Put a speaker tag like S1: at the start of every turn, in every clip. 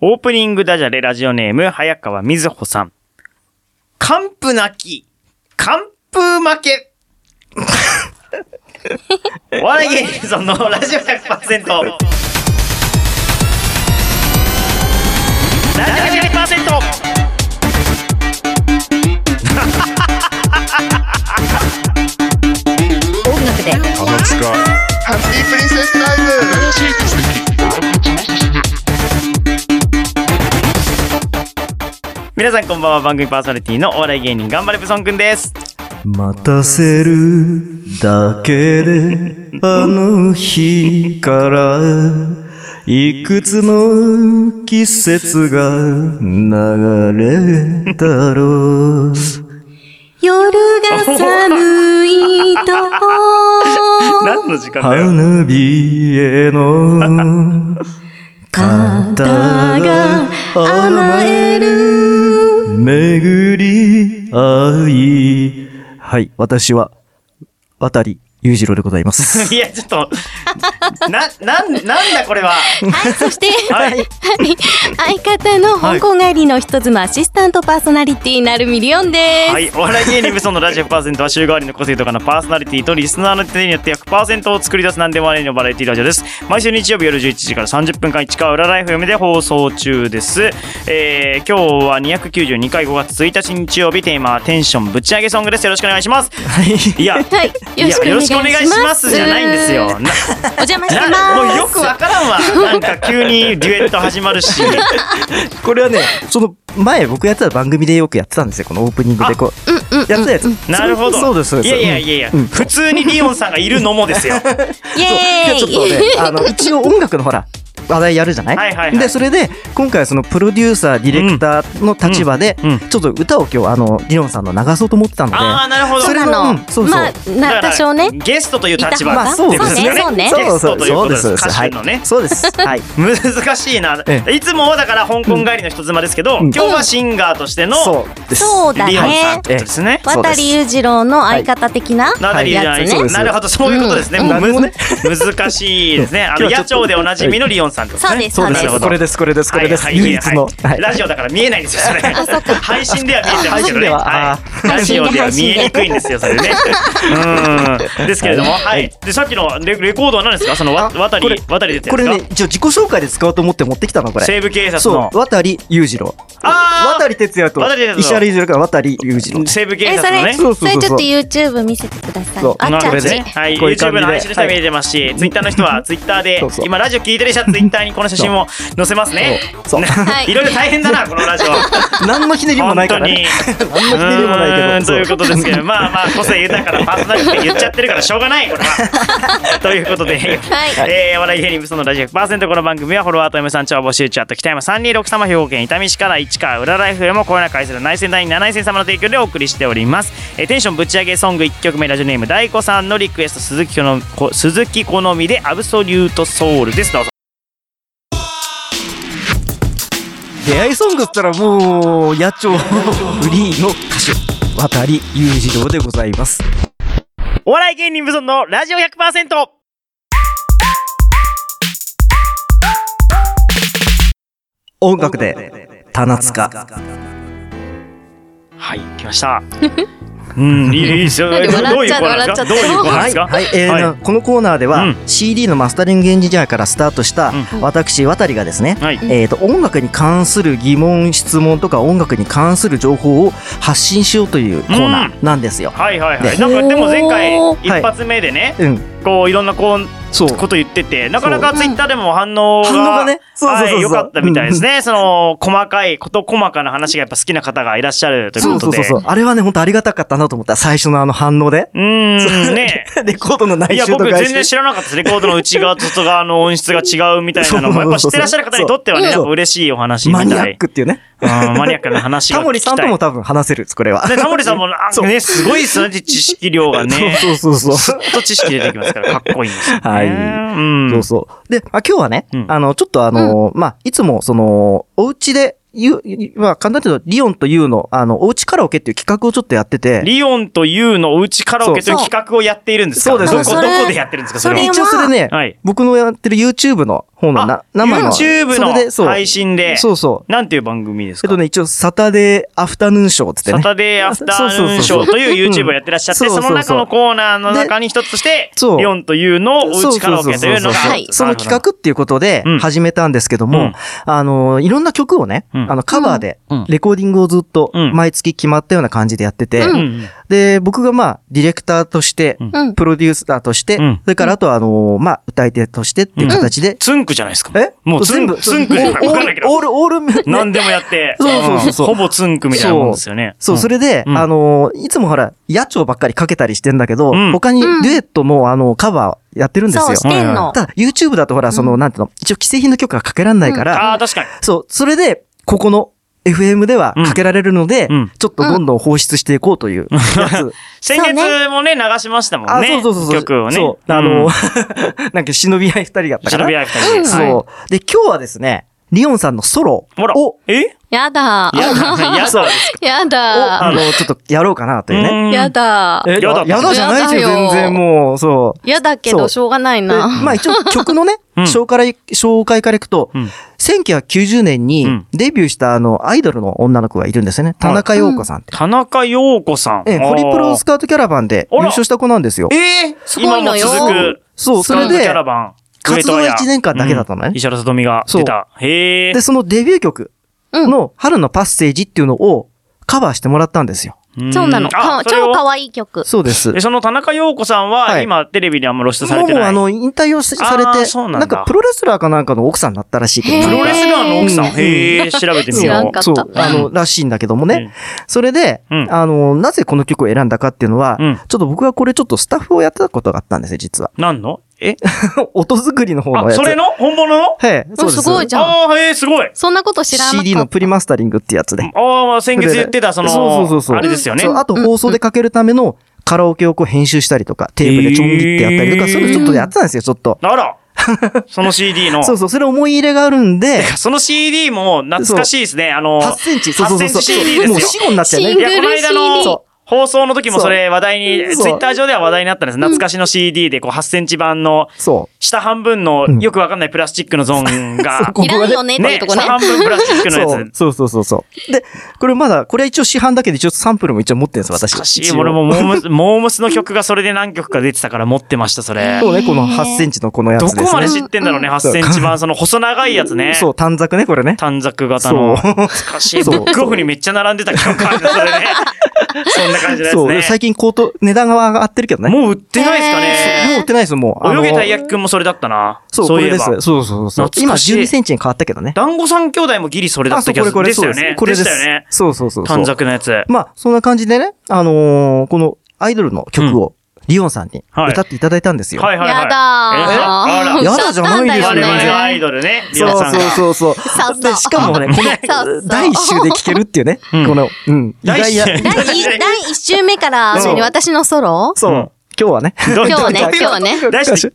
S1: オープニングダジャレラジオネーム、早川みずほさん。完膚なき、完封負 け。お笑い芸人さんのラジオ100%。ラジオ100%。
S2: 音楽で
S3: 鼻つか
S4: ハッピープリンセスタイム
S1: 皆さんこんばんは、番組パーソナリティのお笑い芸人、頑張れブソンくんです。
S5: 待たせるだけであの日からいくつの季節が流れたろう
S2: 夜が寒いと
S1: 何の時間だよ。
S5: 花火への
S2: 肩が甘える
S5: 巡り合いはい私は渡り裕次郎でございます
S1: いや、ちょっと、な、なん、なんだこれ は。
S2: はい、そして、
S1: は
S2: はいい、相方の香港帰りの人妻アシスタントパーソナリティなるミリオンです。
S1: はい、お笑い芸人ブソンのラジオ100%は週替わりの個性とかのパーソナリティとリスナーの手によって100%を作り出す何でもありのバラエティラジオです。毎週日曜日夜11時から30分間市川裏ライフ読みで放送中です。えー、今日は292回5月1日日曜日テーマはテンションぶち上げソングです。よろしくお願いします。いや、
S2: はい、
S1: いやよろしくお願いしますじゃないんです よ。な
S2: お邪魔して
S1: な
S2: ます。
S1: もうよくわからんわ。なんか急にデュエット 始まるし。
S5: これはね、 その前僕やってた番組でよくやってたんですよ、このオープニングでこう。やってたやつ。
S1: なるほど。
S5: そうです、そうです。
S1: いやいやいやいや、普通にリオンさんがいるのもですよ。
S2: イ
S5: 今
S2: エ
S5: 日ちょっと
S2: ーイ。
S5: ね、あの、一応音楽のほら、話題やるじゃない,、
S1: はいはいはい
S5: で、それで、今回はそのプロデューサー、ディレクターの立場で、
S1: うんうん
S5: ちょっと歌を今日、あの、リオンさんの流そうと思ってたので、
S1: ああ、なるほど。
S5: それ
S2: な
S5: う
S2: の
S5: んそうそう
S2: ま
S1: だ
S2: あ
S1: か
S2: な
S1: ら
S2: 多少ね。
S1: ゲストという立場
S2: ま
S5: まあ、そうですね。
S2: そうね
S5: そ
S1: そ
S5: うそう
S1: ねゲス
S5: うそうです。
S1: トということです
S5: はい
S1: 歌手のね
S5: そうです。はい。
S1: 難しいな
S5: え。え
S1: いつもはだから香港帰りの人妻ですけど、
S5: うん
S1: 今日はシンガーと しての
S5: そうです。
S2: そうだ
S1: リオンさん
S2: ね
S1: ってことですね。
S5: そうで
S2: 渡
S5: す
S2: り裕次郎の相方的な
S1: なだりじゃな
S2: や
S1: い
S2: つ
S5: そう
S2: ね
S5: で。す
S1: なるほど、そういうことですね。
S5: うん
S1: もうむ
S5: 何もね
S1: 難しいですね。あの
S5: 今日は
S1: 野
S5: ちょっと
S1: 鳥でおなじみのリオンさんってこと
S2: そう
S1: ね
S2: で。す
S5: そうで
S1: なるほ
S5: す。
S1: ど
S5: これです、これです、こ
S1: は
S5: れ
S1: い
S5: です。
S1: はい
S5: 唯一の。
S1: はいラジオだから見えないんですよ、 それ。配信では見えてますけどね。
S5: あ配
S1: はいラジ
S2: 信では
S1: オでは
S2: 配
S1: 見
S2: 信で
S1: えにくいんですよ、それね。うん。ですけれども、はい。で、さっきのレレコードは何ですかその、わ渡
S5: こ
S1: り
S5: れ、
S1: 渡り出て
S5: こ
S1: る
S5: れ
S1: んです
S5: ね
S1: か
S5: 一応自己紹介で使おうと思って持ってきたのこれ
S1: 西部警察の
S5: そう渡り裕次郎
S1: あー
S5: 渡り哲也と
S1: 渡り哲也
S5: 石原裕次郎から渡り裕次郎
S1: 西部警
S2: え、そ
S1: 察の
S2: れ、
S1: ね。
S5: そう
S2: そ
S5: そうそうそう
S2: れちょっと YouTube 見せてください
S5: そう。
S2: あっち
S1: こ
S2: あ
S1: れ
S2: っ
S1: で、
S2: ち。
S1: はい、
S5: こういう
S1: YouTube
S5: 感じで
S1: の配信の人は見えてますし、Twitter の人 は Twitter で
S5: そう、そう
S1: 今ラジオ聞いてる人は Twitter にこの写真を載せますね。
S5: そうそう
S2: はい
S1: いろいろ大変だな、このラジオ。
S5: 何のひねりもないからね
S1: 本当に
S5: 何のひねりもな
S1: うー
S5: い
S1: ん
S5: けど
S1: という
S5: そう
S1: ことですけど、まあまあ、個性豊かなパーソナリティ言っちゃってるからしょうがない、これは。 ということで、
S2: はい
S1: えー、お笑い芸人ブソのラジオ100%この番組はフォロワーと M さん超募集中あと北山326様兵庫県伊丹市から市川裏ライフへもコーナー会する内戦第7戦様の提供でお送りしております、えーテンションぶち上げソング1曲目ラジオネーム大子さんのリクエスト鈴木のこ鈴木好みでアブソリュートソウルですどうぞ
S5: 出会いソングっつったらもう野 鳥フリーの歌手渡り裕次郎でございます
S1: お笑い芸人ブソのラジオ 100%!
S5: 音楽で棚塚
S1: はい、来ま した。うん、いいいいですよ。どう
S2: ないん
S1: うコ
S2: で
S1: ー
S2: 笑っちゃう
S1: ナーですか。ど
S2: 笑
S1: う
S2: っ
S1: い
S2: ちゃ
S1: うコーナーですか。
S5: はい、
S2: って
S5: はいえー
S1: はい
S5: なこのコーナーでは、
S1: うん
S5: CD のマスタリングエンジニアからスタートした、
S1: う
S5: 私渡りがですね、
S1: はい
S5: えー、と音楽に関する疑問質問とか音楽に関する情報を発信しようというコーナーなんですよ。
S1: はいはいはい。
S5: ね
S1: なんかでも前回
S2: お
S5: ー
S1: 一発目でね、
S5: うん、
S1: こういろんなこう
S5: そう
S1: こと言ってて、なかなかツイッターでも反応が
S5: 反応がねそうそうそうそう
S1: はい良かったみたいですね。その細かいこと細かな話がやっぱ好きな方がいらっしゃるという
S5: そ
S1: こ
S5: うそ
S1: と
S5: う
S1: で。
S5: そうそうあれはね本当ありがたかったなと思った最初のあの反応で。
S1: うーんね。
S5: レコードの
S1: い
S5: 内
S1: や
S5: 周と
S1: 僕
S5: 外
S1: 全然
S5: 周
S1: 知らなかったですレコードの内側と外側の音質が違うみたいなのもやっぱ知ってらっしゃる方にとってはね
S5: そう
S1: や
S5: そ
S1: っ
S5: うそう
S1: ぱ嬉しいお話みた
S5: マ
S1: い
S5: ニアックっていうね。
S1: うんマニアックな話が聞きたい
S5: タモリさんとも多分話せるこれは。
S1: ね、タモリさんも、あ
S5: そう
S1: ね、すごいですよね、知識量がね。
S5: そうそうそう
S1: ず
S5: そう。
S1: っと知識出てきますから、かっこいいんですよ、ね。
S5: はい
S1: うん。
S5: そうそう。で、あ今日はね、
S1: うん
S5: あの、ちょっとあの、まあ、いつもその、お家でゆ、ゆまあ、簡単に言うと、リオンとユーの、あの、おうちカラオケっていう企画をちょっとやってて、
S1: リオンとユウのおうちカラオケという企画をやっているんですか
S5: そうです
S1: ど
S5: そ
S1: こ、
S5: う
S1: ど
S2: です
S1: こでやってるんですかそれ
S2: そ
S1: は
S2: れ。
S5: 一応それね、
S1: はい
S5: 僕のやってる YouTube の方のな生の、
S1: YouTube
S5: それでそ
S1: の
S5: う
S1: 配信で、
S5: そうそう。
S1: なんていう番組ですか
S5: えっとね、一応、サタデーアフタヌーンショーってって
S1: サ
S5: ね。
S1: タデーアフタヌーンショ
S5: そうそうそう
S1: ーという YouTube をやってらっしゃって、
S5: うん
S1: その中のコーナーの中に一つとして、
S5: そう
S1: リオンとユウのお
S5: そう
S1: うちカラオケというのが
S5: そ
S2: は
S5: そ
S2: い
S5: その企画っていうことで
S1: うん
S5: 始めたんですけども、
S1: うん
S5: あの、いろんな曲をね、
S1: うん
S5: あの、カバーで
S1: うん、
S5: レコーディングをずっと
S1: うん、
S5: 毎月決まったような感じでやってて、
S2: うん
S1: うん
S5: で、僕がまあ、ディレクターとして、
S1: うん
S2: うん。
S5: プロデューサーとして、
S1: うん
S5: それからあとはあのーまあ、歌い手としてっていう形で、
S1: ツンクじゃないですか。
S5: え
S1: もうツン
S5: 全部
S1: ク、ツンクじゃない。
S5: オ
S1: わ
S5: ー
S1: かんないけ
S5: ル、
S1: ど。
S5: オール、オールね、
S1: 何でもやって、
S5: そうそうそうそうん
S1: ほぼツンクみたいなもんですよね。
S5: そう、そ
S1: れ。
S5: れで、
S1: うん
S5: あのーいつもほら、野鳥ばっかりかけたりしてんだけど、
S1: うん
S5: 他にデ
S2: うん
S5: ュエットも、あのカバーやってるんです
S2: そう、
S5: よ。
S2: してん
S1: は
S2: の。
S5: ただ、YouTube だとほら、その、なんていうの、一応既製品の曲がかけらんないから、
S1: ああ、確かに。
S5: そう、それで、ここの FM では
S1: うん
S5: かけられるので、
S1: うん
S5: ちょっとどんどん放出していこうというやつ。
S1: 先月もね、流しましたもん
S5: あ、
S1: ね。
S5: そうそうそうそう。
S1: 曲をね。
S5: そう。あの
S1: うん、
S5: なんか忍び合い二人だったか
S1: 調
S5: ら。
S1: べ合い二人で。
S2: うん
S1: はい
S5: そう。で、今日はですね、リオンさんのソロ
S1: ほら
S5: を、、
S1: え
S2: やだ。
S1: やだ、やだ。
S2: や
S5: あ
S2: だ。
S5: の、ちょっとやろうかなというね。
S1: うん
S2: やだ。
S5: え
S1: やだ
S5: やだじゃないですよ、
S2: やだ
S5: 全
S2: よ
S5: 然もう、そう。
S2: やだけ
S5: そう
S2: ど、しょうがない
S5: で
S2: な。
S5: まあ一応曲のね、
S1: うん
S5: 紹介からい紹介からいくと、
S1: うん
S5: 1990年
S1: う
S5: に
S1: ん
S5: デビューしたあの、アイドルの女の子がいるんですよね。田中陽子さんって。
S1: 田中陽子さん。
S5: ええ、ホリプロ
S1: あー
S5: スカウトキャラバンで
S1: あら
S5: 優勝した子なんですよ。
S1: ええ
S2: すごいのよ
S1: 今も続く。
S5: そう、それ
S1: スカウトキ
S5: で
S1: ャ、ラバン。
S5: 活動は一年間だけだったのね
S1: うん石原さとみが出た。へえ
S5: で、。そのデビュー曲の春のパッセージっていうのをカバーしてもらったんですよ。
S1: ん
S2: そうなの。か
S1: あそれを
S2: 超可愛い曲。
S5: そうです
S1: で。その田中陽子さん
S5: は
S1: は、
S5: い
S1: 今テレビであんま露出され
S5: もう
S1: てない。
S5: あの、引退をしされ
S1: あー
S5: て、
S1: そうなんだ
S5: かプロレスラーかなんかの奥さんになったらしいけど
S2: へー
S1: プ
S5: なん
S1: ロ
S5: か
S1: レスラーの奥さん。
S5: うん
S1: へえ、調べてみ
S2: 知ら
S1: よ
S2: ん
S1: う
S2: か。っ
S5: そ
S2: た
S5: う、あの、らしいんだけどもね。それで、
S1: うん
S5: あの、なぜこの曲を選んだかっていうのは、
S1: うん
S5: ちょっと僕はこれちょっとスタッフをやってたことがあったんですよ、 実は。
S1: 何のえ
S5: 音作りの方の
S1: あ、
S5: やつ。
S1: それの本物の
S5: はい、そうです。
S2: すごいじゃん
S1: ああ、へえ、すごい。
S2: そんなこと知らなかった。
S5: CD のプリマスタリングってやつで。
S1: ああ、先月言ってた、その、
S5: そうそうそうそう
S1: あれですよね
S5: そ。うあと放送でかけるためのカラオケをこう編集したりとか、テープでちょん切ってやったりと
S1: へ
S5: か、
S1: ー
S5: それちょっとやってたんですよ、ちょっと。
S1: あら、その CD の。
S5: そうそう、それ思い入れがあるんで
S1: て、かその CD も懐かしいですね。あの、
S5: 8センチ、そうそうそうそ
S1: 8センチ CD です
S5: う。
S1: よ
S5: もう死後になっちゃう
S2: シン
S1: い
S5: ね
S2: グ。
S1: や、この間の、
S5: そ
S1: 放送の時もそれ話題に、
S5: そう
S1: ツイッター上では話題になったんです。懐かしの CD でこう8センチ版の
S5: そ
S1: 下半分の
S5: うん
S1: よくわかんないプラスチックのゾーンが、
S5: ここ
S2: いらんよねっていう
S1: ね、
S2: とこ
S1: 下
S2: ね。
S1: 半分プラスチック
S5: う。
S1: の
S5: そ
S1: や
S5: う
S1: つ。
S5: そうそうそうそう。で、これまだ、これは一応市販だけで一応サンプルも一応持ってるんです、私。
S1: 懐かしい。
S5: 一応
S1: 俺もモームス、モームスの曲がそれで何曲か出てたから持ってました、それ。
S5: そうね、この8センチのこのやつ
S1: ど
S5: ですね。
S1: こまで知ってんだろうね、8センチ版、その細長いやつね。
S5: そう、短冊ね、これね。
S1: 短冊型の。
S5: そう
S1: 懐かしい。ブ
S5: そう
S1: ックオフにめっちゃ並んでた曲あるなそれね。そんな感じ
S5: そう、
S1: です
S5: 最
S1: ね。
S5: 近高騰、値段が上がってるけどね。も
S1: もう売ってないですか
S5: う売
S1: ね
S5: ってないです、もう。あの
S1: 泳げたいやきくんもそれだったな。
S5: そう、
S1: そ
S5: こ
S1: うい
S5: れ
S1: え
S5: で
S1: ば
S5: す。。そうそうそう。
S1: 懐
S5: 今
S1: かしい
S5: 12センチに変わったけどね。
S1: 団子三兄弟もギリそれだ
S5: あ、
S1: っ
S5: そ
S1: た
S5: う、
S1: 気
S5: こ
S1: が
S5: れ
S1: する。
S5: こ
S1: ですよ
S5: れ、そうです
S1: ね。
S5: これ
S1: で
S5: で
S1: し
S5: す
S1: たよね。。
S5: そうそうそうそう。
S1: 短冊のやつ。
S5: まあ、そんな感じでね、あのーこのアイドルの曲をリオンさんに
S1: はい
S5: 歌っていただいたんですよ。
S1: はいはいはい。
S2: やだー。
S1: えあら。
S5: やだじゃないです
S2: 歌
S5: よ
S2: った
S1: 我々
S5: ね
S2: んだ
S1: のアイドルね、リ
S5: そ
S1: オ
S5: う
S1: さんが。
S5: そうそう
S2: そ
S5: そう
S2: そう
S5: う。で、しか もね、こ
S2: そうそ
S5: の
S2: う
S5: 第一週で聴けるっていうね、
S1: うん
S5: この、うん、意
S1: 第一
S5: 外
S1: 週
S5: や。
S2: 第一第1週目から、
S5: そう
S2: 私のソロ
S5: そうう。
S1: ん
S5: 今日はね。
S1: どう
S2: 今日ね、
S1: どう
S2: 今日ね。
S1: 大 して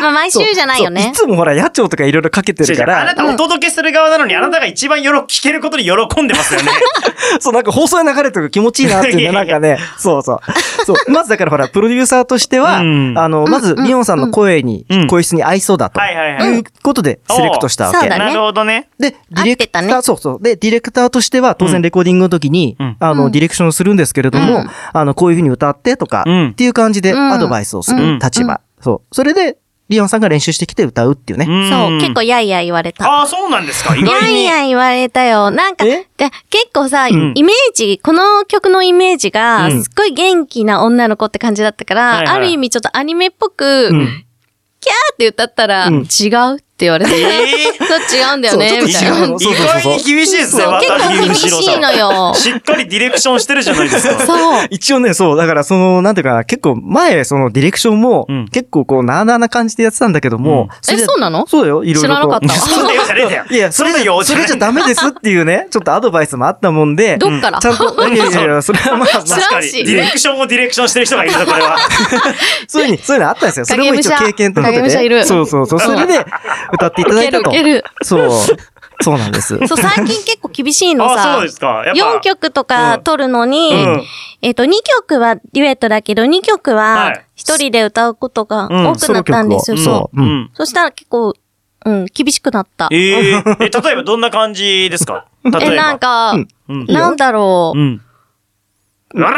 S2: まあ、毎週じゃないよ
S5: そう
S2: ね
S5: い。つもほら、野鳥とかいろいろかけて
S1: 違う違
S5: るか
S1: うあな
S5: ら、
S1: たお届けする側なのに、あなたが一番よろ、聞けることに喜んでますよね。
S5: そう、なんか放送で流れてる気持ちいいなっていうね、なんかね、そうそう。そう、 まずだからほら、プロデューサーとしては、あ
S1: うん
S5: の、まず、リオンさんの声に
S1: うん、
S5: 声質に合いそうだと。
S1: はいはいはい
S5: いうことで、セレクトしたわ
S2: お
S5: け
S2: ーそう。だね
S1: なるほどね。
S5: で、ディレクタ
S2: 合
S5: ー、
S2: ってたね
S5: そうそう。で、ディレクターとしては、当
S1: うん
S5: 然レコーディングの時に、
S1: うん
S5: あ
S2: う
S5: の、
S2: ん
S5: ディレクションをするんですけれども、
S2: うん
S5: あの、こういう風に歌ってとか、
S1: うん
S5: っていう感じで
S2: うん
S5: アドバイスを
S1: う
S5: す
S1: ん
S5: る立場。そう。それで、リオンさんが練習してきて歌うっていうね。
S2: そう、
S1: ん
S2: 結構。やいや言われた。
S1: ああ、そうなんですか。意
S2: や
S1: 外
S2: い
S1: に。
S2: や言われたよ。なんか、
S5: え
S2: で結構さ、
S1: ん
S2: イメージ、この曲のイメージが、
S1: うん
S2: すっごい元気な女の子って感じだったから、
S1: はいはい
S2: ある意味ちょっとアニメっぽく、
S5: うん
S2: キャーって歌ったら、
S5: うん
S2: 違うって言われて、
S1: え
S2: そう違うんだよ
S5: そう
S2: ね、
S5: ちょっ
S2: み
S5: と
S2: たい
S5: 違
S2: な。
S5: うの
S1: 意外に厳しいですね、
S2: そう結
S1: 渡
S2: 構
S1: 辺
S2: 厳
S1: 裕郎
S2: し
S1: さ
S2: いの
S1: ん。
S2: よ。
S1: しっかりディレクションしてるじゃないですか。
S2: そう。
S5: 一応ね、そう、だからその、なんていうか、結構前、そのディレクションも
S1: うん、
S5: 結構こう、なあなあな感じでやってたんだけど
S1: うん
S5: も、
S2: え、
S5: れ
S2: そうなの
S5: そうだよ、いろいろと。
S2: 知らなかった
S1: そうだよじゃねえんだよ。
S5: いや、それ
S1: そうだ
S5: じ
S1: よ
S5: ゃ、
S1: じ
S5: そ
S1: ゃねえ
S5: れじゃダメですっていうね、ちょっとアドバイスもあったもんで、
S2: どっから
S5: ちゃんと、いやいやいや、それはま あ、まあ
S2: 知
S1: 確
S2: ら
S1: か
S2: ん
S1: に。
S2: し
S1: ディレクションをディレクションしてる人がいるぞ、これは。
S5: そういうふうに、そういうのあったんですよ。それも一応経験ということ
S2: 影武者影武者い
S5: で。
S2: る
S5: そうそうそう。それで、歌っていただいたと
S2: ウケるウケる。
S5: そう。そうなんです。
S2: そう、最近結構厳しいの
S1: あ、
S2: さ
S1: そうで、すか。やっぱ。
S2: 4曲とか取るのに、
S1: うん
S2: えっと、2曲はデュエットだけど、2曲
S1: は
S2: はい一人で歌うことが
S1: うん
S2: 多くなったんですよ。
S5: ソロ曲を
S2: そう
S5: うんん。
S2: そしたら結構、うん、厳しくなった。
S1: えー、え、例えばどんな感じですか例えば。
S2: え、なんか、
S5: うん
S1: うん、
S2: なんだろう。
S1: うん。
S2: うんなん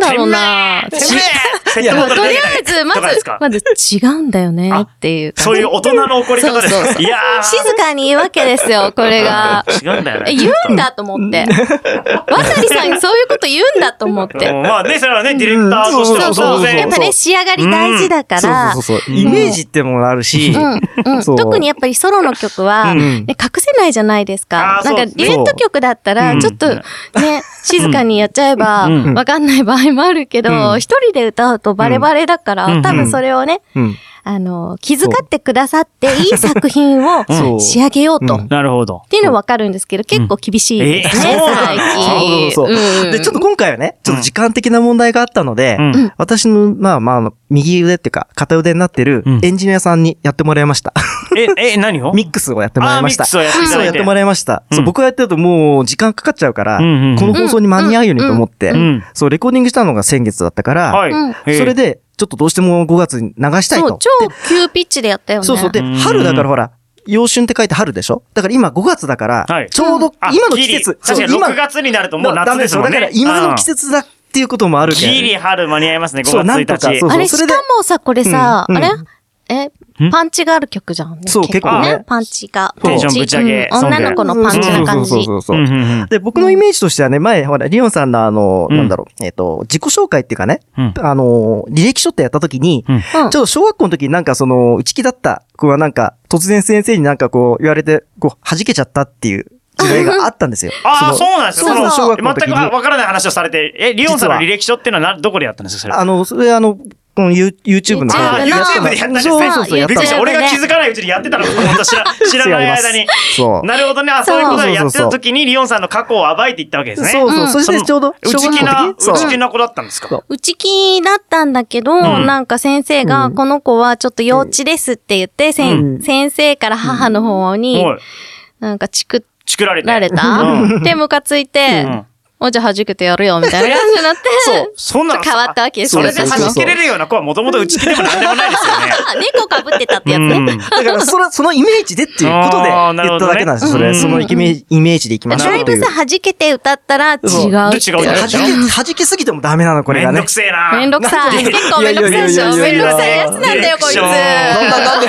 S2: だろうな。
S1: てめえ
S2: ち
S1: てめえ
S2: でも
S1: ペットボト
S2: と
S1: ル
S2: り
S1: で
S2: あえず、ま
S1: とかで
S2: ず
S1: すか、
S2: まず違うんだよねっていう。
S1: そういう大人の怒り方です。
S2: そうそうそう
S1: いやー。
S2: 静かに言うわけですよ、これが。
S1: 違うんだよね。
S2: え、言うんだと思って。わさびさんにそういうこと言うんだと思って。
S1: うんまあね、それはね、ディレクターとして
S5: そ
S1: は
S5: うそう
S1: 当
S5: そう
S2: や
S1: 然
S2: っぱ。ね、仕上がり大事だか
S5: そう
S2: ら、
S5: そうそうそう。イメージってものがあるし、
S2: うんうん
S5: そう
S2: 特にやっぱりソロの曲は、
S1: うん
S2: ね、隠せないじゃないですか
S1: あ。ー
S2: な
S1: そ
S2: ん
S1: う
S2: か
S1: です
S2: デ
S1: ね
S2: ュエット曲だった
S1: そう
S2: ら、
S1: うん
S2: ちょっとね、静かにやっちゃえば、
S1: うん
S2: わかんない場合もあるけ
S5: う
S2: ど、
S5: ん
S2: 一人で歌うとバレバレだか
S1: うん
S2: ら、多分それをね、
S5: うん。
S2: あの、気遣ってくださって、いい作品
S5: そ
S2: を
S5: う
S2: 仕上げようと。
S5: うん
S2: っ
S1: なるほど。
S2: ていうのはわかるんですけど、結構厳しいですね、
S1: えそうなの
S2: 最 近。
S5: そうそうそう。
S2: ん
S5: で、ちょっと今回はね、ちょっと時間的な問題があったので、
S1: うん。
S5: 私の、まあまああの、右腕っていうか、片腕になってる
S1: うん
S5: エンジニアさんにやってもらいました。
S1: え、え、何を
S5: ミックスをやってもらいました。
S1: あーミックスをやっていた
S5: そう
S1: だ
S5: や
S1: い。
S5: っててもらいました。
S1: うん
S5: そう僕がやってるともう時間かかっちゃうから、
S1: うんうんうん
S5: この放送に間に合うようにと思って、
S1: うんうん
S5: そう、レコーディングしたのが先月だったから、
S1: はい。
S2: うん
S1: へー
S5: それ、で、ちょっとどうしても5月に流したい
S2: そ
S5: と
S2: う、。超急ピッチでやった
S5: で
S2: よね。
S5: そうそう。で、
S1: うん
S5: 春だからほら、陽春って書いて春でしょだから今5月だから、
S1: はい
S5: ちょうど
S1: あ
S5: 今の
S1: ギ
S5: 季
S1: リ
S5: 節。
S1: 確かに
S5: そう今
S1: 6月になるともう夏ですもんね。
S5: だから今の季
S1: うん。
S5: 節だっていうこともあるけど。
S1: ギリ春間に合いますね、
S5: そう
S1: 5月
S5: なんとか
S1: 1
S5: そ
S1: 日
S5: う。
S2: あれ、
S5: れ
S2: し
S5: で
S2: かもさ、これさ、
S5: うん
S2: あ
S5: うん
S2: れえ
S1: ん
S2: パンチがある曲じゃんね。
S5: そう
S1: 結構
S2: ね
S5: ね。
S2: パンチが。
S1: テンションぶち上げ
S2: うん
S1: ソング
S2: 女の子のパンチな感じ。
S5: そうそうそうそうそう。
S1: うんうんうん
S5: で、僕のイメージとしてはね、前、ほら、リオンさんのあの、
S1: うん
S5: なんだろう、えっ、と、自己紹介っていうかね、
S1: うん
S5: あの、履歴書ってやった時に、
S1: うん。
S5: ちょっと小学校の時になんかその、内気だった子はなんか、突然先生になんかこう、言われて、こう、弾けちゃったっていう事例があったんですよ
S1: ああ、
S5: の
S1: そうなんです
S2: そ
S1: か
S2: うそう
S1: その
S5: 小学校の時
S1: 全く
S5: に。
S1: わからない話をされて、え、リオンさんの履歴書っていうのはなどこでやったんですかそれ。
S5: あの、それあの、この You- YouTube の
S1: あ
S5: 方
S1: ー、
S5: でやった
S1: YouTube
S5: の。
S1: でやったんです
S5: そう
S1: ね。
S5: そうそう、
S2: YouTube
S5: やっ
S1: び
S5: た
S1: っくりした
S5: の。
S1: 俺が気づかないうちにやってたのかと思った知ら知らない間に。
S5: そう。
S1: なるほどね。あ、そういうことでやってた時に、リオンさんの過去を暴いていったわけですね。
S5: そうそうう、
S2: ん
S5: そしてちょうど、
S1: 内気な、
S5: の時そう
S1: 内気な子だったんですか
S5: そう
S2: 内気だったんだけど、
S1: ん
S2: なんか先生が、
S5: うん
S2: この子はちょっと幼稚ですって言って、せん
S5: うん
S2: 先生から母の方に、
S1: おい、
S2: なんかチク
S1: チクられて。
S2: られた、
S1: うん
S2: で、ムカついて、
S1: うん
S2: おじゃあ弾けてやるよ、みたいな感じになって、
S1: そう、そんなの
S2: ちょっと変わったわけです
S1: そ
S2: よ
S1: れで
S5: そうそう
S1: 弾
S5: そう
S1: けれるような子はもともと内気でもなんでもないですよね。
S2: あ猫かぶってたってやつね。
S1: うん
S5: だから、その、そのイメージでっていうことで
S1: あーなる
S5: 言
S1: ほど
S5: った
S1: ね
S5: だけなんですよ、そ
S1: うん
S5: れ。そのイメージイメージでいきましょう
S2: だい
S5: って
S2: ぶ
S5: いう
S2: さ、。弾けて歌ったら違う
S5: そう
S2: って
S1: で違うじゃん
S5: 弾け、弾けすぎてもダメなの、これ
S1: め
S5: が
S1: ん
S5: ね
S1: どく。せえな。
S2: めんどくさい。
S1: なんで
S2: 結構めんどくさいでしょ。
S5: いやいやい
S2: めんど
S5: やいやいや
S2: くさいやつなんだよ、こい
S1: いや
S2: つ。
S5: なんで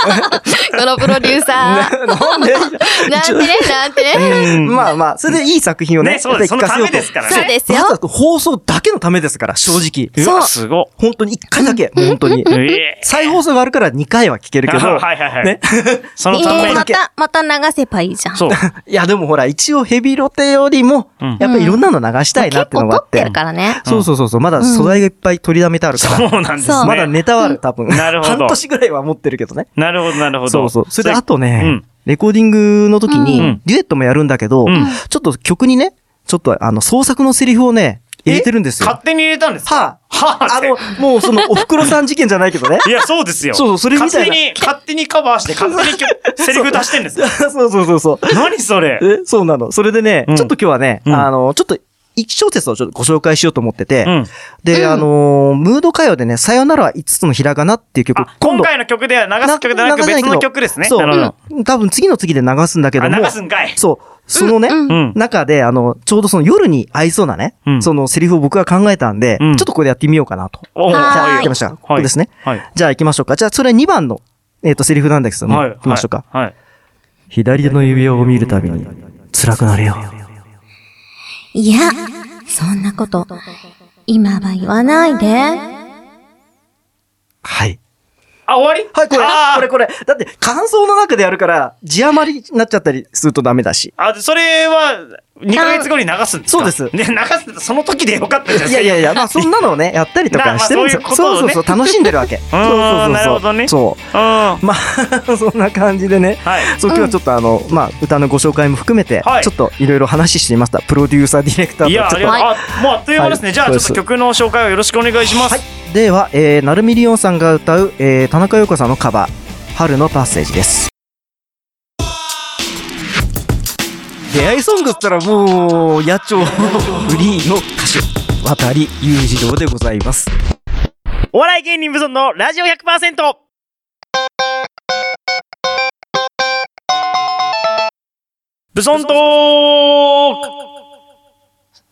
S2: このプロデューサー。
S5: なんでなんで
S2: なんてね、なんてね。
S5: うんまあまあ、それでいい作品をね、
S1: ねそうです
S5: やっぱり聞かせよう
S1: そのため
S5: と
S1: ですからね
S2: そうですよ
S5: まずは放送だけのためですから、正直。
S1: う
S2: そう
S1: わ、すごっ。
S5: 本当に一回だけ、本当に。
S1: ええ
S5: 再放送があるから2回は聞けるけど、
S1: はいはいはい
S5: ね。
S1: その
S2: え
S1: た
S2: ー
S1: めに
S2: ま。た、また流せばいいじゃん。
S1: そう。
S5: いや、でもほら、一応ヘビロテよりも
S1: うん、
S5: やっぱりいろんなの流したいな
S2: 結
S5: っての
S2: 構
S5: が
S2: 撮
S5: あっ。
S2: っててるからね。
S5: そうそうそうそう、まだ素材がいっぱい取りだめてあるから。
S1: そうなんです
S2: そ
S1: ね。
S2: う
S5: まだネタはある、多分。
S1: なるほど
S5: 半年ぐらいは持ってるけどね。
S1: なるほど、なるほど。
S5: そうそう。それで、あとね、
S1: うん
S5: レコーディングの時
S1: う
S5: に
S1: ん、
S5: デュエットもやるんだけど、
S1: うん
S5: ちょっと曲にね、ちょっとあの、創作のセリフをね、入れてるんですよ。
S1: 勝手に入れたんですか
S5: は
S1: はあ
S5: あの、もうその、おふくろさん事件じゃないけ どね。
S1: いや、そうですよ。
S5: そうそうそれみた
S1: 勝
S5: いな
S1: 手に、勝手にカバーして、勝手に曲セリフ足してんですよ。
S5: そうそうそうそう。
S1: 何それ
S5: え、そうなの。それでね、
S1: うん
S5: ちょっと今日はね、
S1: うん
S5: あの、ちょっと、一小節をちょっとご紹介しようと思ってて、
S1: うん。
S5: で、
S2: うん
S5: あのームード歌謡でね、さよならは5つのひらがなっていう曲
S1: あ、、今回の曲では流す曲ではなく
S5: 流さない
S1: 別
S5: けど
S1: の曲ですね。
S5: そう
S1: なるほど。
S5: うん多分次の次で流すんだけども
S1: あ、流すんかい。
S5: そう、そのね、
S2: うん
S1: うん。
S5: 中で、あの、ちょうどその夜に合いそうなね、
S1: うん
S5: そのセリフを僕が考えたんで、
S1: うん
S5: ちょっとここでやってみようかなと。
S1: おー
S2: はーい
S5: やってました。ここですね。
S1: はい。
S5: じゃあ行きましょうか。じゃあそれ2番の、えっ、と、セリフなんですけども、
S1: はい。
S5: 行きましょうか。
S1: はい。
S5: 左手の指輪を見るたびに、辛くなるよ。
S2: いや、そんなこと、今は言わないで。
S5: はい。
S1: あ、終わり
S5: はい、これ
S1: あ、ー
S5: これ、これ。だって、感想の中でやるから、字余りになっちゃったりするとダメだし。
S1: あ、それは、2ヶ月後に流すんですか
S5: そうです
S1: ね、流すってその時でよかったじゃん。
S5: いやいやいや、まあ、そんなのをね、やったりとかしてるんですよ。
S1: まあそういうことを
S5: そう
S1: ね
S5: そうそう、楽しんでるわけ。そうそうそうそう。
S1: なるほどね
S5: そ
S1: うん。は
S5: う。まあ、そんな感じでね。
S1: い。
S5: そう今日はちょっとあの、まあ、歌のご紹介も含めて、
S1: はい
S5: ちょっといろいろ話していましたプロデューサーディレクター
S1: いや、あ
S5: と
S1: り
S5: ちょっ
S1: がと
S5: と
S1: う。あ、もうあっという間ですね。
S5: はい
S1: じゃあ、ちょっと
S5: そうです
S1: 曲の紹介をよろしくお願いします。
S5: では、えー、なるみりおんさんが歌う、えー、田中陽子さんのカバー「春のパッセージ」です出会いソングっつったらもう野鳥の フリーの歌手渡り裕次郎でございます
S1: お笑い芸人無存のラジオ 100%! ブソントーク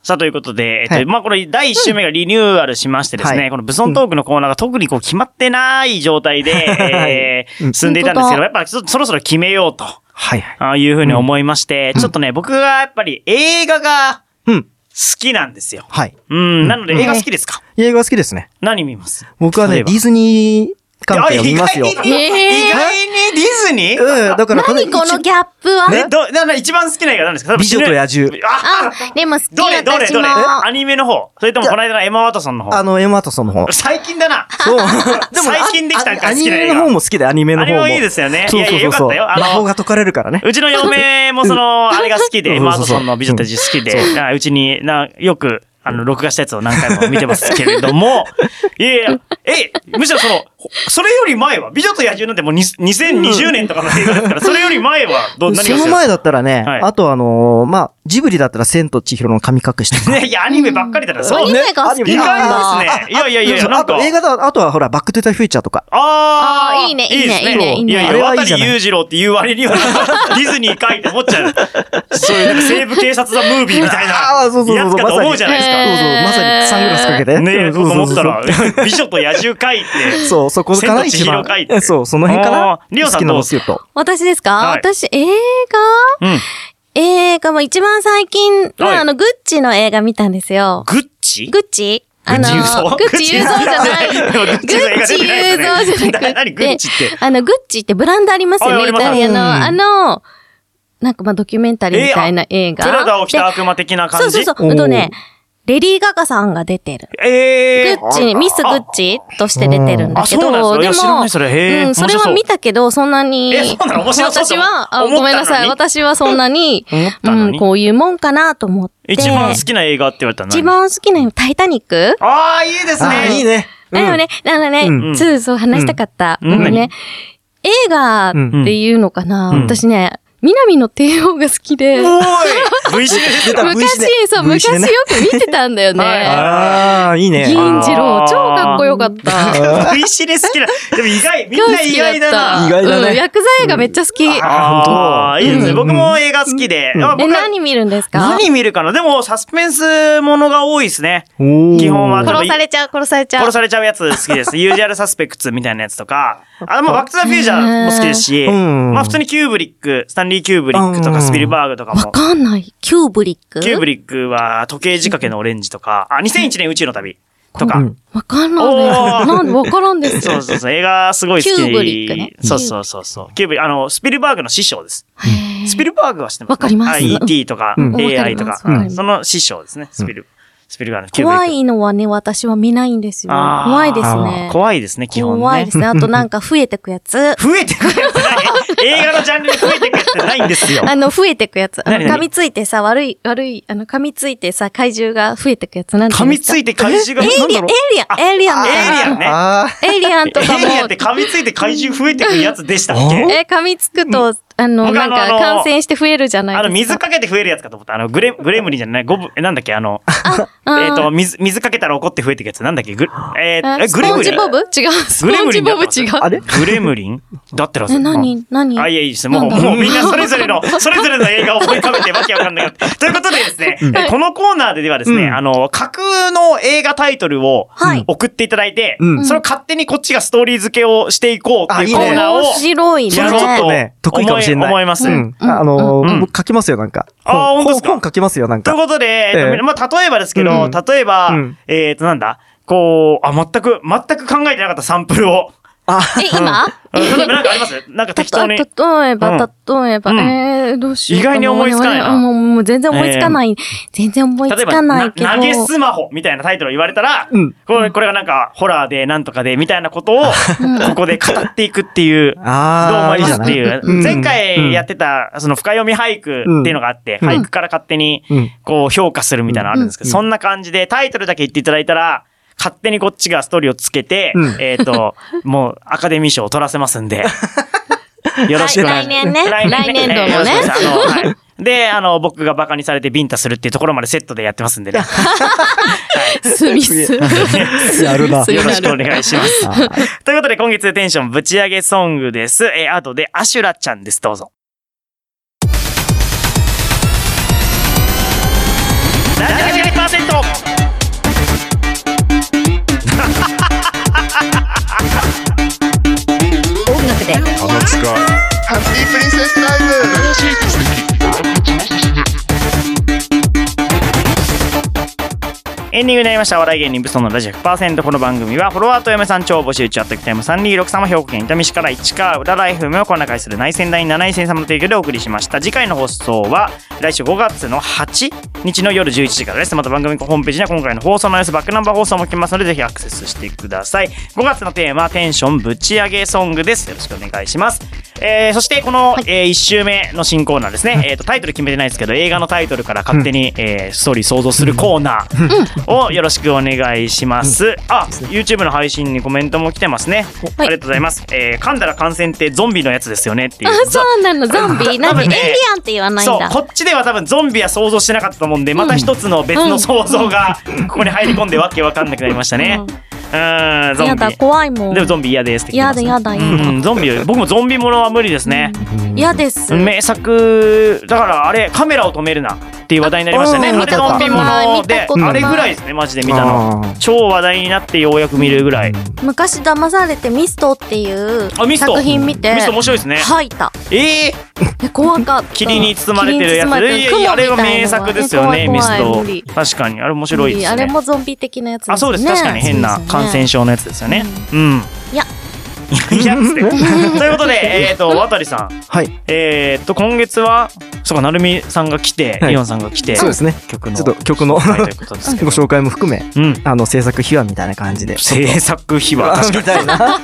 S1: さあ、ということで、え
S5: は
S1: っ
S5: い
S1: と、まあ、これ、第1週目がリニューアルしましてです
S5: は
S1: ね、
S5: い
S1: このブソントークのコーナーが特にこう、決まってない状態で、えー
S5: うん
S1: 進んでいたんですけど、
S2: 本当だ
S1: やっぱ、そそろそろ決めようと、
S5: はいはい
S1: あいうふうに思いまして、ちょっとね、僕はやっぱり映画が
S5: うん
S1: 好きなんですよ。
S5: はい
S1: うん、なので映画好きですか
S5: 映画好きですね
S1: 何見ます
S5: 僕は
S1: 例
S5: ね
S1: えば
S5: ディズニー関係を見ますよ
S1: あ
S5: う
S1: 意外に
S2: えー
S1: 意外にディズニー、
S5: んだから
S2: 何このギ
S5: ャ
S2: ャップは、
S1: え、ど、な、な、一番好きな映画何ですか
S5: 美女と野獣。
S1: あ
S2: あ、でも好き
S1: どれ、どれ、
S2: 私
S1: ど
S2: も
S1: れアニメの方それともこの間のエマ・ワトソンの
S5: あ
S1: 方
S5: のエマートソンの方
S1: 最近だな。
S5: そう
S1: 最近できたんか
S5: あア
S1: 好
S5: ニ
S1: きな映
S5: メ
S1: 画
S5: の方も好きでアニメの方も
S1: あれはいいですよね
S5: そうそうそ
S1: いや
S5: うそう
S1: いやよかったよあの
S5: 魔法が解かれるからね
S1: うちの嫁もその、あれが好き
S5: うん
S1: で、エマ・ワトソンの美女たち好きで、なうちにな、よく、あの、録画したやつを何回も見てますけれども、 いやいや、え、むしろその、ほそれより前は、美女と野獣なんてもうに2020年とかの映画ですから、それより前は、ど、何が好き
S5: そ
S1: です
S5: の
S1: か
S5: 前だったらね、
S1: はい
S5: あとあのーまあ、ジブリだったら千と千尋の神隠しとか。
S1: ねいや、アニメばっかりだな。
S2: アニメが好
S5: アニ
S2: き
S5: メ
S1: 意
S2: な
S1: 外
S2: ん
S1: で
S2: だ。
S1: すね。いやいやいや、
S5: そう
S1: なん
S5: あと
S1: か。
S5: 映画だ、あとはほら、バックトゥーザフューチャーとか。
S1: あ
S2: あーいいねいいね
S1: です
S2: いいねいいね
S1: いや
S5: あ
S1: いや、
S5: れはい
S1: 渡
S5: いじゃない
S1: り裕次郎っていう割には、 ディズニーかいって思っちゃう。そういう、なんか西部警察ザムービーみたい
S5: あーそうそうそう
S1: な、やつかと思うじゃないです
S5: そう
S1: か。
S2: へ
S5: そう、まさにサングラスかけて。
S1: ね
S5: う
S1: え、
S5: ん
S1: と思ったら、 美女と野獣かいって。
S5: そう、そこか
S1: 千と
S5: な
S1: 千
S5: 一
S1: 尋
S5: 番
S1: かいって。
S5: そう、その辺か
S1: あ
S5: な
S1: ーリオさん
S5: 好きな
S1: どう
S5: の
S1: です
S5: すと。
S2: 私ですか、
S1: はい
S2: 私、映画
S1: うん。
S2: 映画も一番最近は、
S1: はい
S2: あの、グッチの映画見たんですよ。
S1: グッチ
S2: グッチあの
S1: グッチ輸送、
S2: グッチ郵送じゃな い。
S1: グッチの映画出てない
S2: グ
S1: で
S2: ッチ郵
S1: す
S2: 送
S1: よね
S2: じゃな
S1: 何
S2: くて
S1: グッチって。
S2: あの、グッチってブランドありますよ
S1: ああ
S2: ね、
S1: り
S2: イ
S1: ます
S2: タリア
S5: うん
S2: の。あの、なんかまあドキュメンタリーみたいな映画。
S1: プラダを着た
S2: で
S1: 悪魔的な
S2: そ
S1: 感
S2: う
S1: じ。
S2: そうそう
S5: お。ー
S2: あとね、レディー・ガガさんが出てる。グ
S1: えー
S2: ッチ、ミス・グッチとして出てるんだけ
S1: あそうなん
S2: ど、
S1: ですかいや知らないそれへー
S2: うん、それ
S1: 面白そ
S2: は
S1: う
S2: 見たけど、そんなに、
S1: えそうなの面白そうと
S2: 私は、あ
S1: 思ったのに
S2: ごめんなさい、私はそんなに
S1: 思っ、たの
S2: う
S1: に
S2: ん、こういうもんかなと思って。
S1: 一番好きな映画って言われたら何
S2: 一番好きなの、タイタニック
S1: ああ、いいです
S5: あー
S1: ね。
S5: いいね。
S2: だよね、なんかね、
S5: うん
S2: そうそう話したかった。
S1: うん
S2: もうね、映画っていうのかな、
S1: うん
S2: 私ね、南の帝王が好きで、
S1: おーい !V シネですよ
S5: 出た V 字ね
S2: 昔、そう、
S5: V 字
S2: 昔
S5: ね
S2: よく見てたんだよ
S1: はい
S2: ね。
S5: ああ、いいね。
S2: 銀次郎、超かっこよかった。
S1: V シネ好きな。でも意 外、みん
S2: 超
S1: な
S2: 好
S1: 意
S2: きだった
S1: 外だな。
S5: 意外だね
S2: うん、薬剤がめっちゃ好き。え、
S1: ああ、いいですね。
S5: うん
S1: 僕も映画好きで。あ僕は
S2: 何見るんですか
S1: 何見るかなでも、サスペンスものが多いですね。
S5: おー
S1: 基本は
S2: 殺されちゃう、殺されちゃう
S1: 殺。されちゃうやつ好き です。ユージュアルサスペクツみたいなやつとか。あ、まあ、バックトゥザフュージャーも好きですし、
S5: うん
S1: まあ、普通にキューブリック、スタンリー・キューブリックと
S5: う
S1: か、
S5: ん
S1: スピルバーグとか
S2: わ
S1: も。
S2: かんない。キューブリック
S1: キューブリックは、時計仕掛けのオレンジとか、あ、2001年宇宙の旅と
S5: う
S1: か。
S5: ん
S2: わかんない
S1: お
S2: です。
S1: ー
S2: なんでわからんです
S1: そ
S2: よ
S1: う。そうそう、映画すごい好きで
S2: キューブリックね
S1: そうそうそうそう。キューブリック、あの、スピルバーグの師匠です。
S2: へー
S1: スピルバーグは知ってます、
S2: わかります
S1: あ ET とか、
S5: うん
S1: AI と
S2: わ
S1: か
S2: かりますわかります
S1: その師匠ですね。スピル、スピルバーグのキューブリック
S2: 怖。いのはね、私は見ないんですよ。
S1: あー
S2: 怖いですね。
S1: 怖いですね、基本ね。。
S2: 怖い ですね。あとなんか増えてくやつ
S1: 増えてくるやつない。映画のジャンルで増えてくるってないんですよ。
S2: あの、増えてくやつ。あの
S1: 何何
S2: 噛みついてさ、悪い、悪い、あの、噛みついてさ、怪獣が増えてくやつ。なんて
S1: 噛
S2: 言うん
S1: み
S2: ですか
S1: ついて怪獣が、
S2: エイリアン、エイリアン、エイリアンみた
S1: エイ
S2: い
S1: リアン
S2: な。
S1: ね
S5: あ
S2: エイリアンとか
S1: エイリアンって
S2: も、
S1: 噛みついて怪獣増えてくるやつでしたっけ
S2: え、噛みつくと、あの、
S1: 僕
S2: なん
S1: あ
S2: か
S1: の
S2: 感染して増えるじゃないです
S1: あ
S2: か。
S1: の、水かけて増えるやつかと思った。あの、グレ、グレムリンじゃない、ゴブ、えなんだっけ、あの、えっと、水、水かけたら怒って増えてくやつ。なんだっけ、グ、えー
S2: あ
S1: え、グレムリン
S2: スポンジボブ違う。ス
S1: グレ
S2: ポン
S1: ムリ
S2: ジ
S1: ンだ
S2: ボ
S1: っ
S2: ブ違
S1: た
S2: う。
S5: あれ
S1: グレムリンだってら
S2: え、何何
S1: あ、いや、いいですね。もう、もうみんなそれぞれの、それぞれの映画を思い浮かべてわけわかんないかった。ということでですね、えこのコーナーでではですね、
S5: うん
S1: あの、架空の映画タイトルを
S2: はい
S1: 送っていただいて、
S5: うん
S1: それを勝手にこっちがストーリー付けをしていこうっていうコ
S5: あいいね
S1: ーナーを、
S2: 面白いね。
S1: やろうと
S5: あ。ね、得意かもしれな
S1: 思い
S5: い。
S1: 思います
S5: うんあの
S1: うん
S5: ー、僕書きますよ、なんか。
S1: あー本当ですか
S5: 本書きますよ、なん
S1: とい
S5: か
S1: う。ことで、えっと
S5: ええ
S1: まあ、例えばですけど、
S5: うん
S1: 例えば、
S5: うん
S1: えっと、なんだ、こう、あ、全く、全く考えてなかったサンプルを。
S5: あ、
S2: え、今
S1: うん例えばなんかありますなんか適当に。
S2: 例えば、例えば、
S1: うん
S2: えー、どうしよう
S1: 意外に思いつかないな
S2: もう、もう全然思いつかない。全然思い
S1: 例え
S2: つ
S1: ば、
S2: かな
S1: ない
S2: けど。
S1: 投げスマホみたいなタイトルを言われたら、
S5: うん
S1: これこれがなんか、ホラーでなんとかでみたいなことを、ここで語っていくっていう、どう
S5: あ
S1: 思
S5: ー
S1: いますって
S5: いいじ
S1: い。
S5: ゃないうん
S1: 前回やってた、その深読み俳句っていうのがあって、
S5: うん
S1: 俳句から勝手に
S5: うん、
S1: こう評価するみたいなのあるんですけど、
S5: うん
S1: そんな感じでタイトルだけ言っていただいたら、勝手にこっちがストーリーをつけて、
S5: うん
S1: えっ、と、もうアカデミー賞を取らせますんで。よろしくお願い
S2: 来年ね
S1: 来
S2: 来年度も
S1: えー
S2: ね
S1: よろしくお願いしますあのはいで、あの、僕がバカにされてビンタするっていうところまでセットでやってますんでね。
S2: スミス。
S5: やるな
S2: ス ミス
S1: よろしくお
S2: なる
S1: 願いします。 ということで、今月テンションぶち上げソングです。えー、あとで、アシュラちゃんです。どうぞ。ラジオ100%
S3: 音楽で
S6: 楽しか
S4: Happy Princess Diver!
S1: エンディングになりました。お笑い芸人ブソンのラジオ100%。この番組は、フォロワーと嫁さん超募集中、あったくたいも3263は兵庫県伊丹市から市川裏ライフムをこんな会する内戦第7位戦様の提供でお送りしました。次回の放送は、来週5月の8日の夜11時からです。また番組ホームページには今回の放送の様子、バックナンバー放送も来ますので、ぜひアクセスしてください。5月のテーマは、テンションぶち上げソングです。よろしくお願いします。えー、そして、この、えー、1週目の新コーナーですね。えっと、タイトル決めてないですけど、映画のタイトルから勝手に、えー、ストーリー想像するコーナー。をよろしくお願いします。あ、YouTube の配信にコメントも来てますね。あ
S2: はい
S1: りがとうございます。えー噛んだら感染ってゾンビのやつですよねっていう。
S2: あ、そうなの、ゾンビ。なんで、エ
S1: 多分
S2: イリ
S1: ね
S2: アンって言わないん
S1: そう
S2: だ。
S1: こっちでは多分ゾンビは想像してなかったと思うんで、また一つの別の想像 がここに入り込んでわけわかんなくなりましたね。
S2: うん
S1: うん、ゾ
S2: や
S1: ンビ
S2: だ、。怖いもん。
S1: でもゾンビ嫌ですって来て
S2: や
S1: ます
S2: だ、
S1: ね
S2: やだ、やだ。
S1: うん、ゾンビ僕もゾンビものは無理ですね、
S2: 嫌です。
S1: 名作だからあれカメラを止めるなっていう話題になりましたね
S5: あー
S1: あれゾンビもので
S2: 見たことない
S1: あれぐらいですねマジで見たの
S5: あー
S1: 超話題になってようやく見るぐらい。
S2: 昔騙されてミストっていう
S1: あミスト
S2: 作品見て
S1: ミスト面白いですね
S2: 吐いた
S1: ええ
S2: え怖かった
S1: 霧に包まれてるやつ。
S2: 霧に包まれてる
S1: いやいやあれが名作ですよね、
S2: 雲
S1: ミ
S2: み
S1: ス
S2: たいなのが
S1: ト
S2: 怖い怖い無理。
S1: 確かに、あれ面白いです
S2: あれ
S1: ね。
S2: もゾンビ的なやつですね
S1: あ、そうです。確かに変な感染
S2: 症
S1: 症のやつですよね。うん。
S2: いや。
S1: いやっつ って。ということで、えっと、渡さん。
S5: はい。
S1: えっと、今月は、そうか、成美さんが来て、
S5: はい
S1: イオンさんが来て、
S5: そうですね。
S1: 曲の。
S5: ちょっと曲の
S1: はいということですけ
S5: ご
S1: ど。
S5: 紹介も含め、
S1: うん。
S5: あの、制作秘話みたいな感 じで。
S1: 制作秘話、確か
S5: みたいな。確か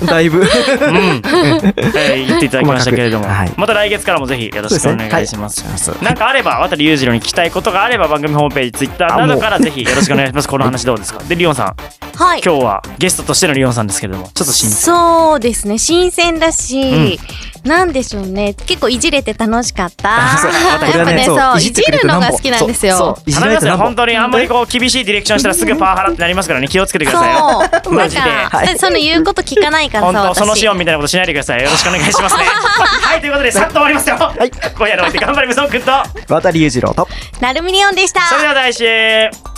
S5: に。だい ぶ。
S1: に。うん。えー言っていただきましたけれども
S5: 細かくはい。
S1: また来月からもぜひよろしくお願いします。
S5: す
S1: なんかあれば渡り裕次郎に聞きたいことがあれば番組ホームページツイッターなどからぜひよろしくお願いしますこの話どうですかでリオンさん
S2: はい
S1: 今日はゲストとしてのリオンさんですけれどもちょっと新鮮
S2: そうですね新鮮だし、なんでしょうね結構いじれて楽しかった
S1: あそう
S2: やっぱねそういじるのが好きなんですよ
S5: いじ
S1: 頼みま
S5: られ
S1: す
S5: て
S1: よ本当
S5: に。
S1: にあんまりこう厳しいディレクションしたらすぐパワハラってなりますからね気をつけてくださいよ
S2: そ う
S1: マ
S2: なん
S1: ジで
S2: か、
S5: はい
S2: その言うこと聞かないから
S1: 本
S2: さ
S1: 当
S2: 私
S1: そのシオンみたいなことしないでくださいよろしくお願いします ねはいということでさっと終わりますよ今夜のお相手頑張れ無双君と
S5: 渡り裕次郎と。
S2: なるみりおんでした
S1: それでは来週